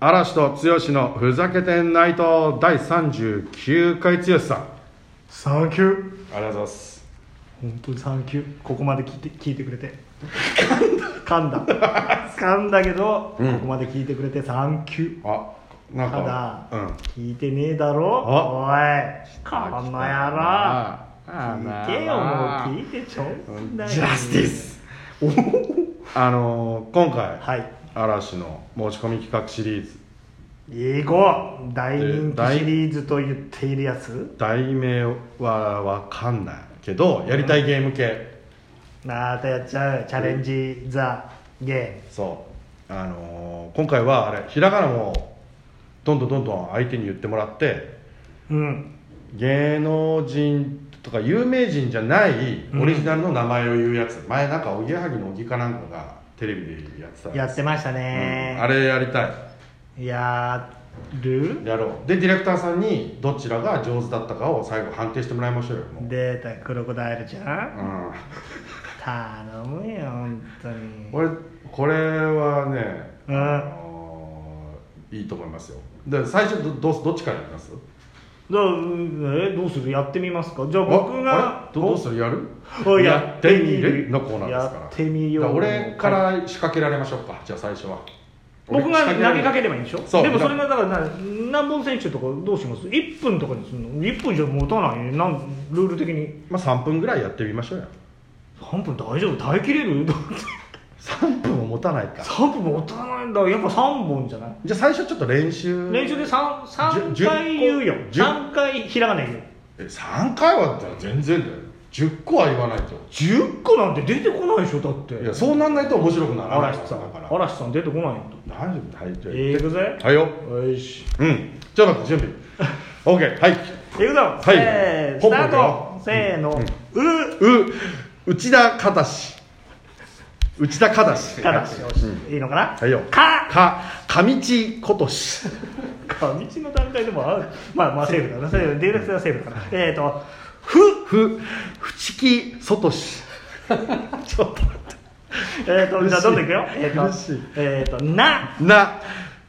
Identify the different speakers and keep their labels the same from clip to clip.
Speaker 1: 嵐と剛のふざけてんナイト第39回剛さん
Speaker 2: サンキュー
Speaker 1: ありがとうございます
Speaker 2: 本当にサンキューここまで聞いて聞いてくれて噛んだ 噛んだけど、
Speaker 1: うん
Speaker 2: ここまで聞いてくれてサンキュー
Speaker 1: あな
Speaker 2: た
Speaker 1: んか
Speaker 2: だ、
Speaker 1: うん
Speaker 2: 聞いてねえだろおいこの野郎
Speaker 1: あ
Speaker 2: 聞けよもう聞いてちょうだい
Speaker 1: ジャスティスあのー今回、
Speaker 2: はい
Speaker 1: 嵐の持ち込み企画シリーズ
Speaker 2: 英語大人気
Speaker 1: 大
Speaker 2: シリーズと言っているやつ
Speaker 1: 題名はわかんないけどやりたいゲーム系、
Speaker 2: またやっちゃうチャレンジ・ザ・ゲ
Speaker 1: そうあのー今回はあれひらがなもどんどんどんどん相手に言ってもらって
Speaker 2: ームうん
Speaker 1: 芸能人とか有名人じゃないオリジナルの名前を言うやつ、前なんかおぎやはぎの小木かなんかがテレビでやってたんです
Speaker 2: やってました
Speaker 1: う
Speaker 2: ね
Speaker 1: んあれやりたい
Speaker 2: やる
Speaker 1: やろうでディレクターさんにどちらが上手だったかを最後判定してもらいましょうよもう
Speaker 2: 出たクロコダイルちゃ
Speaker 1: う
Speaker 2: ん
Speaker 1: ん、
Speaker 2: 頼むよ本当に
Speaker 1: 俺これはね、
Speaker 2: うん
Speaker 1: あのーいいと思いますよで最初どどうどっちからやります
Speaker 2: じゃあうんえどうするやってみますかじゃあ僕
Speaker 1: ああ
Speaker 2: が
Speaker 1: れどどうするやる
Speaker 2: おや
Speaker 1: のコーナーですから
Speaker 2: やってみよう
Speaker 1: だから俺から仕掛けられましょうかじゃあ最初は
Speaker 2: 僕が
Speaker 1: 俺仕
Speaker 2: 投げ
Speaker 1: 掛
Speaker 2: かければいいんでしょ
Speaker 1: そう
Speaker 2: でもそれがだからな何本選手とかどうします ?1 分とかにするの1分じゃ持たないなんルール的に
Speaker 1: まあ3分ぐらいやってみましょうよ
Speaker 2: 3分大丈夫耐えきれる
Speaker 1: 3分も持たないか
Speaker 2: 3分持たないんだやっぱ3本じゃない
Speaker 1: じゃあ最初ちょっと練習
Speaker 2: 練習で 3, 三
Speaker 1: じゅ
Speaker 2: 回言うよ
Speaker 1: じゅ
Speaker 2: 3回ひらがな言う
Speaker 1: え3回は全然だよ10個は言わないと
Speaker 2: 10個なんて出てこないでしょだって
Speaker 1: いやそうなんないと面白くならない
Speaker 2: 嵐さん
Speaker 1: だから
Speaker 2: 嵐さん出てこないんだ
Speaker 1: 大丈夫大丈夫
Speaker 2: いくぜ
Speaker 1: はいよ
Speaker 2: よし
Speaker 1: うんちょっと待って準備 OK はい
Speaker 2: いくぞはいせースター
Speaker 1: 本
Speaker 2: トせーのう
Speaker 1: う内田忠内田忠
Speaker 2: かだしよしいいのかな
Speaker 1: はいよ
Speaker 2: か
Speaker 1: か上地ことし
Speaker 2: か道の段階でも合うまあまあセーフだなセーフディレクターはセーフだなえーとふ
Speaker 1: ふ淵木聡しちょっと
Speaker 2: えーとじゃあどんどんいくよえー
Speaker 1: 苦しい
Speaker 2: とえーとな
Speaker 1: な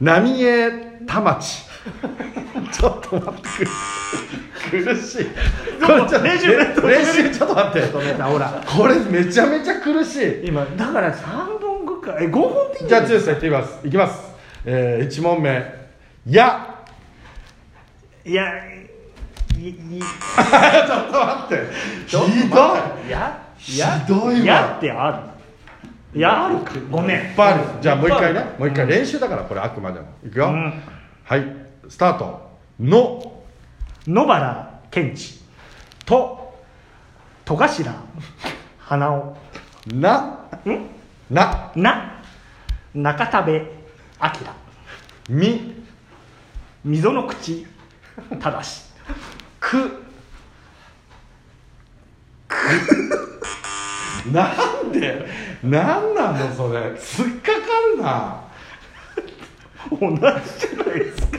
Speaker 1: 浪江田町ちょっと待って苦しいこれちょっと
Speaker 2: 練習
Speaker 1: れ練習ちょっと待って
Speaker 2: 止めたほら
Speaker 1: これめちゃめちゃ苦しい
Speaker 2: 今だから3本ぐらいえ5本でいい
Speaker 1: じ
Speaker 2: んじゃ
Speaker 1: ゃあ
Speaker 2: ない
Speaker 1: 剛さんやってみますいきます、えー、1問目「や
Speaker 2: いやいい」
Speaker 1: ちょっと待ってひどい
Speaker 2: や
Speaker 1: ひどいわ
Speaker 2: やってあるやあるかごめん
Speaker 1: いっぱいあるじゃあもう一回ねもう一回
Speaker 2: ん
Speaker 1: 練習だからこれあくまでもいくよ、
Speaker 2: うん
Speaker 1: はいスタート「の
Speaker 2: 野原健治」
Speaker 1: と
Speaker 2: 戸頭花尾
Speaker 1: 「な」
Speaker 2: ん
Speaker 1: 「な」
Speaker 2: な中田部
Speaker 1: 「
Speaker 2: 明
Speaker 1: み」
Speaker 2: 溝の口ただし
Speaker 1: 「く」なんでなんなのそれ突っかかんな
Speaker 2: 同じじゃないですか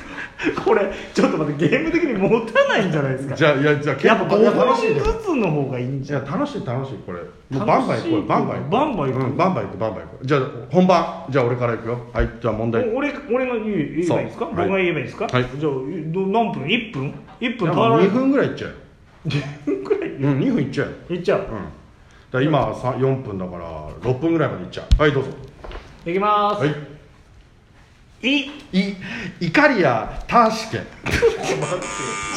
Speaker 2: これちょっと待ってゲーム的に持たないんじゃないですか
Speaker 1: じゃあいやじゃあ結
Speaker 2: やっぱ
Speaker 1: 構
Speaker 2: 5
Speaker 1: 楽
Speaker 2: 本
Speaker 1: しいで
Speaker 2: ずつの方がいいん
Speaker 1: い
Speaker 2: じゃ
Speaker 1: や
Speaker 2: ん
Speaker 1: 楽しい楽しいこれもう
Speaker 2: 楽し
Speaker 1: バン
Speaker 2: い
Speaker 1: バン行こうバンバン行こう
Speaker 2: バンバン行こう
Speaker 1: うんバンバン行こうバンバン行こうじゃあ本番じゃあ俺から行くよはいじゃあ問題
Speaker 2: 俺俺が言え言えばいいです
Speaker 1: そ
Speaker 2: か
Speaker 1: う
Speaker 2: 僕が言えばいいですか、
Speaker 1: はい
Speaker 2: じゃあど何分1分1分ら
Speaker 1: 2分ぐらいいっちゃうよ
Speaker 2: 分くらい
Speaker 1: うん2分いっちゃうよ
Speaker 2: いっちゃう
Speaker 1: うんだから今さ4分だから6分ぐらいまでいっちゃうはいどうぞ
Speaker 2: いきま
Speaker 1: は
Speaker 2: ーす、
Speaker 1: い
Speaker 2: い、
Speaker 1: いイカリアターシケち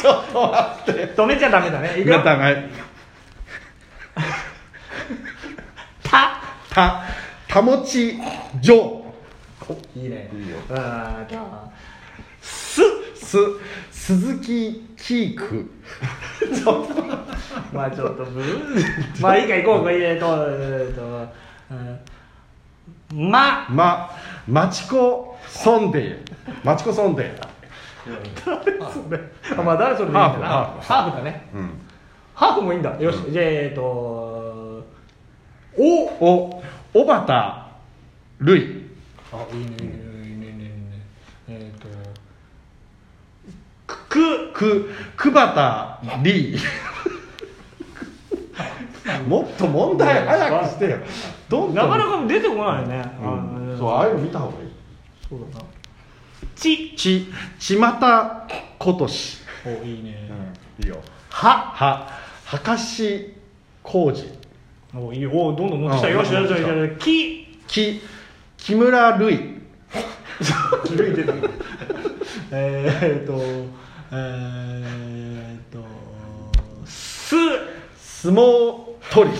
Speaker 1: ょっと待って
Speaker 2: 止めちゃダメだねいく
Speaker 1: 皆
Speaker 2: よ
Speaker 1: さんはい
Speaker 2: た
Speaker 1: たたもちじょ
Speaker 2: いいね
Speaker 1: ういいよ
Speaker 2: あーじゃあ
Speaker 1: すす鈴木キーク
Speaker 2: まあちょっとブー まあいいか行こうかえーとえーとうんま
Speaker 1: ま、マチコソンデー。マチコソンデー。
Speaker 2: それ あまあ誰それでいいんだな
Speaker 1: ハーフ
Speaker 2: ハーフだね
Speaker 1: うん。
Speaker 2: ハーフもいいんだよしじゃあえーと
Speaker 1: お、お、小畑るい。
Speaker 2: あいいねいいねいいねいいねいいねえーとく
Speaker 1: く、くばたりー。もっと問題早くしてよ。どんどん。
Speaker 2: なかなか出てこないね
Speaker 1: う
Speaker 2: あ
Speaker 1: ん。
Speaker 2: ー
Speaker 1: そう、ああいうの見た方がいい。
Speaker 2: そうだなち
Speaker 1: ちちまたことし、
Speaker 2: おいいね
Speaker 1: いいよ
Speaker 2: は
Speaker 1: ははかし工事
Speaker 2: おいいよおどんどん乗ってきたよ
Speaker 1: うん
Speaker 2: しよしよしよしき
Speaker 1: き木村るい
Speaker 2: 抜いてた えーっとえーっとす
Speaker 1: 相撲取り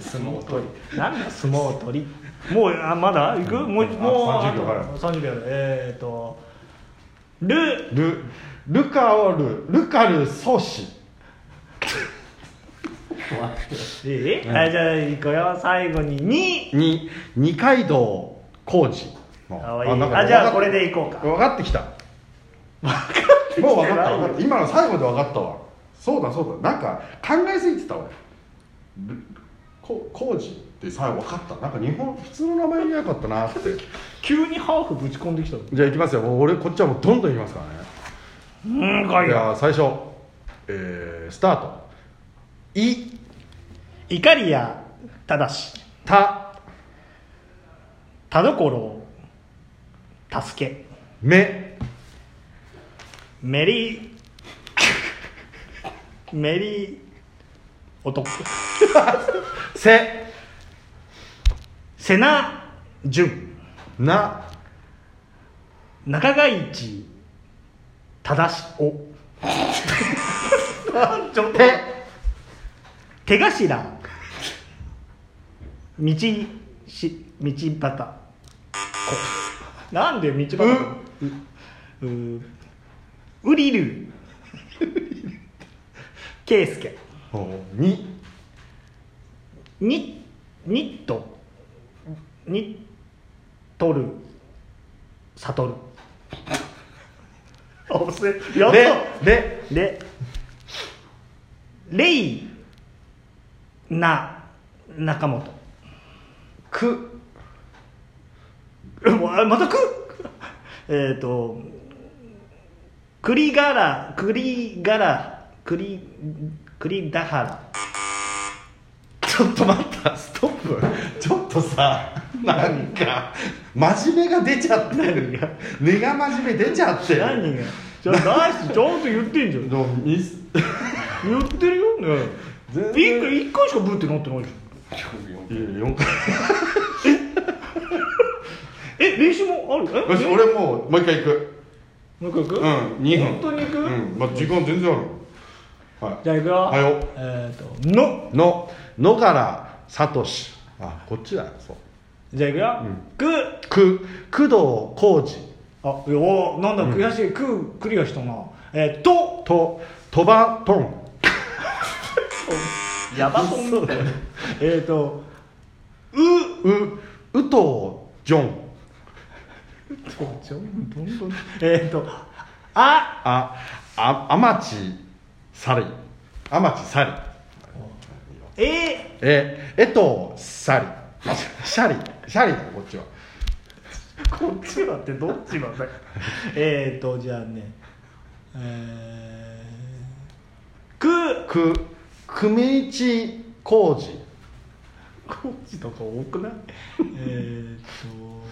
Speaker 2: 相撲取りなんだ相撲取りもうあまだいくもう
Speaker 1: うん
Speaker 2: もう
Speaker 1: あ
Speaker 2: あ
Speaker 1: 30
Speaker 2: と
Speaker 1: 秒はい
Speaker 2: 30秒えーっとる
Speaker 1: ルルカオルルカル宗師
Speaker 2: え
Speaker 1: うん
Speaker 2: あじゃあいくよ最後にに
Speaker 1: に二階堂工事
Speaker 2: あいいあじゃあこれでいこうか
Speaker 1: 分かってきたもう分かった分かった今の最後で分かったわそうだそうだなんか考えすぎてた俺ルこ工事ってさ分かったなんか日本普通の名前言えなかったなって
Speaker 2: 急にハーフぶち込んできた
Speaker 1: じゃあいきますよもう俺こっちはもうどんどんいきますからね
Speaker 2: うんか
Speaker 1: い
Speaker 2: い
Speaker 1: やー最初、えースタート「い
Speaker 2: イカリアただした田所助け
Speaker 1: め
Speaker 2: メリーメリー男
Speaker 1: せ
Speaker 2: 瀬名淳
Speaker 1: な
Speaker 2: 中川一正しおちょっと
Speaker 1: て
Speaker 2: 手頭道し道端こなんで道端なのうううりる圭介
Speaker 1: おに
Speaker 2: ニニットニットル悟る あ忘れやっ
Speaker 1: れ
Speaker 2: た
Speaker 1: れ
Speaker 2: で、レイな中本。
Speaker 1: く
Speaker 2: えもう あまたく えっ、と、栗柄、栗柄、栗、栗だ原。
Speaker 1: ちょっと待ったストップちょっとさなんか真面目が出ちゃって
Speaker 2: 何が
Speaker 1: 根が真面目出ちゃってる
Speaker 2: 何がじゃあ、ナイス、ちゃんと言ってんじゃん。
Speaker 1: でもミス
Speaker 2: 言ってるよね。
Speaker 1: 全
Speaker 2: 一
Speaker 1: 然
Speaker 2: 回、一回しかブーってなってないじゃん。
Speaker 1: いや4回
Speaker 2: え、練習もあるえ
Speaker 1: よし俺もうもう一回行く
Speaker 2: もう一回行く
Speaker 1: うん2分
Speaker 2: 本当に行く、
Speaker 1: うん、まあ、時間全然あるはい
Speaker 2: じゃあ行くよ。
Speaker 1: はよ
Speaker 2: えっ、と、の。
Speaker 1: の野からさとしあこっちだそう
Speaker 2: じゃあいくよ、グー
Speaker 1: く工藤浩
Speaker 2: あおーなんだ悔しい、グークリアしたなえー、と
Speaker 1: 二ととばとん
Speaker 2: やばそうだよえっとう
Speaker 1: ううとうじょん
Speaker 2: どんどんえっ、とあ
Speaker 1: あああまちさりあまちさり
Speaker 2: え
Speaker 1: ええとさりシャリシャリだこっちは
Speaker 2: ー、こっちはってどっちなんだよえっとじゃあねえー、グー
Speaker 1: く組一工事
Speaker 2: こっちとか多くないえっと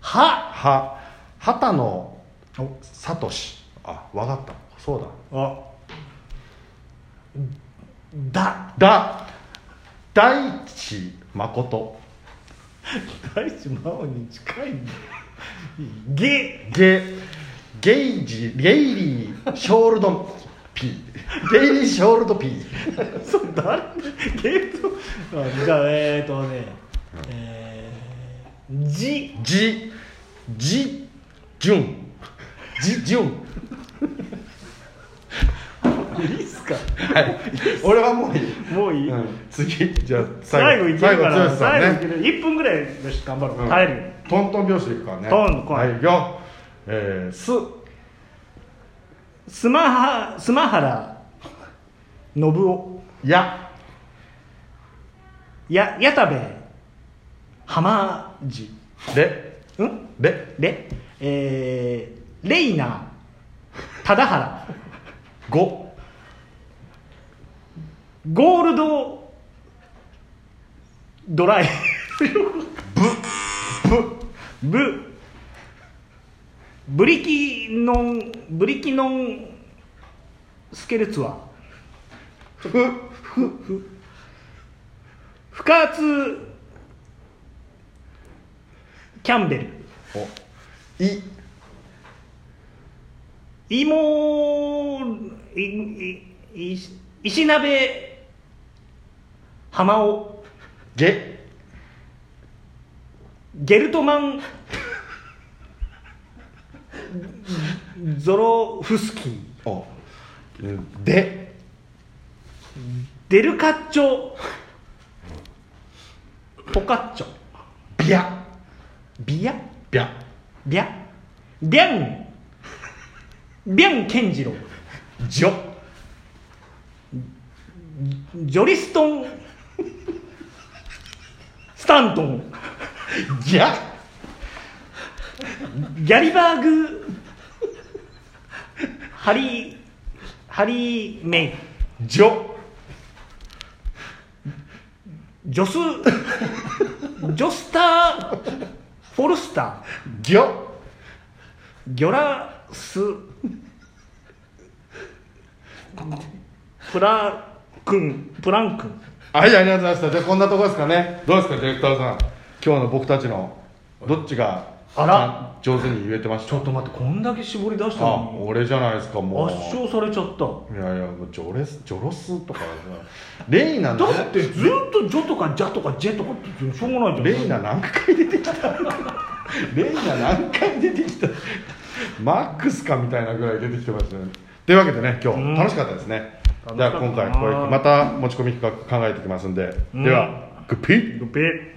Speaker 2: は
Speaker 1: は畑の
Speaker 2: お
Speaker 1: さとしあわかったそうだ
Speaker 2: あだ
Speaker 1: だ大地誠
Speaker 2: 大地真央に近いんだゲ
Speaker 1: ゲゲイジゲイリーショールドピーゲイリーショールドピー
Speaker 2: それ誰ゲートあじゃあえっ、ー、とねえー、じ
Speaker 1: じじじゅんじじゅん
Speaker 2: いいっすか
Speaker 1: はい俺はもういい、
Speaker 2: もういい、
Speaker 1: うん、次じゃあ
Speaker 2: 最後いけるか
Speaker 1: 最
Speaker 2: ら
Speaker 1: 後剛さん
Speaker 2: 最後いけ
Speaker 1: ね
Speaker 2: る、一1分ぐらいよし頑張ろう、
Speaker 1: うん
Speaker 2: 耐えるよ
Speaker 1: トントン拍子でいくからね
Speaker 2: トン来い
Speaker 1: はいよえー、す
Speaker 2: スマハスマハラ信夫
Speaker 1: や
Speaker 2: や矢田部浜地
Speaker 1: れ
Speaker 2: うん
Speaker 1: れ
Speaker 2: でえー、レイナ忠原
Speaker 1: ご
Speaker 2: ゴールドドライ
Speaker 1: ぶぶ
Speaker 2: ブブリキノンブリキノンスケルツは
Speaker 1: ふふ
Speaker 2: 不活キャンベル
Speaker 1: おい
Speaker 2: 芋いいい石鍋浜尾
Speaker 1: げ
Speaker 2: ゲルトマンゾロフスキー
Speaker 1: おで
Speaker 2: デルカッチョポカッチョ
Speaker 1: びゃ
Speaker 2: ビア
Speaker 1: びゃ
Speaker 2: ビャビャンビャン健次郎
Speaker 1: じょ
Speaker 2: ジョリストンスタントン
Speaker 1: ぎゃ
Speaker 2: ギャリバーグハリーハリーメイ
Speaker 1: じょ
Speaker 2: ジョスジョスターフォルスター
Speaker 1: ぎょ
Speaker 2: ギョラスプラクンプランクン
Speaker 1: はいありがとうございましたじゃあこんなとこですかねどうですかディレクターさん今日の僕たちのどっちが
Speaker 2: あら
Speaker 1: 上手に言えてまし
Speaker 2: ち
Speaker 1: た
Speaker 2: ょっと待ってこんだけ絞り出した
Speaker 1: あ
Speaker 2: の
Speaker 1: 俺じゃないですかも
Speaker 2: に
Speaker 1: う
Speaker 2: 圧勝されちゃった
Speaker 1: いやいやもうジョレスジョロスとかさレイナ
Speaker 2: だってずっと「ジョ」とか「ジャ」とか「ジェ」とかってしょうがないじゃん
Speaker 1: レイナ何回出てきた レイナ何回出てきたマックスかみたいなぐらい出てきてましたねというわけでね今
Speaker 2: うん
Speaker 1: 日楽しかったですね、
Speaker 2: 楽し
Speaker 1: じゃ
Speaker 2: か
Speaker 1: あ
Speaker 2: ったな
Speaker 1: 今回これまた持ち込み企画考えてききますんで、ではグッピー
Speaker 2: グッペ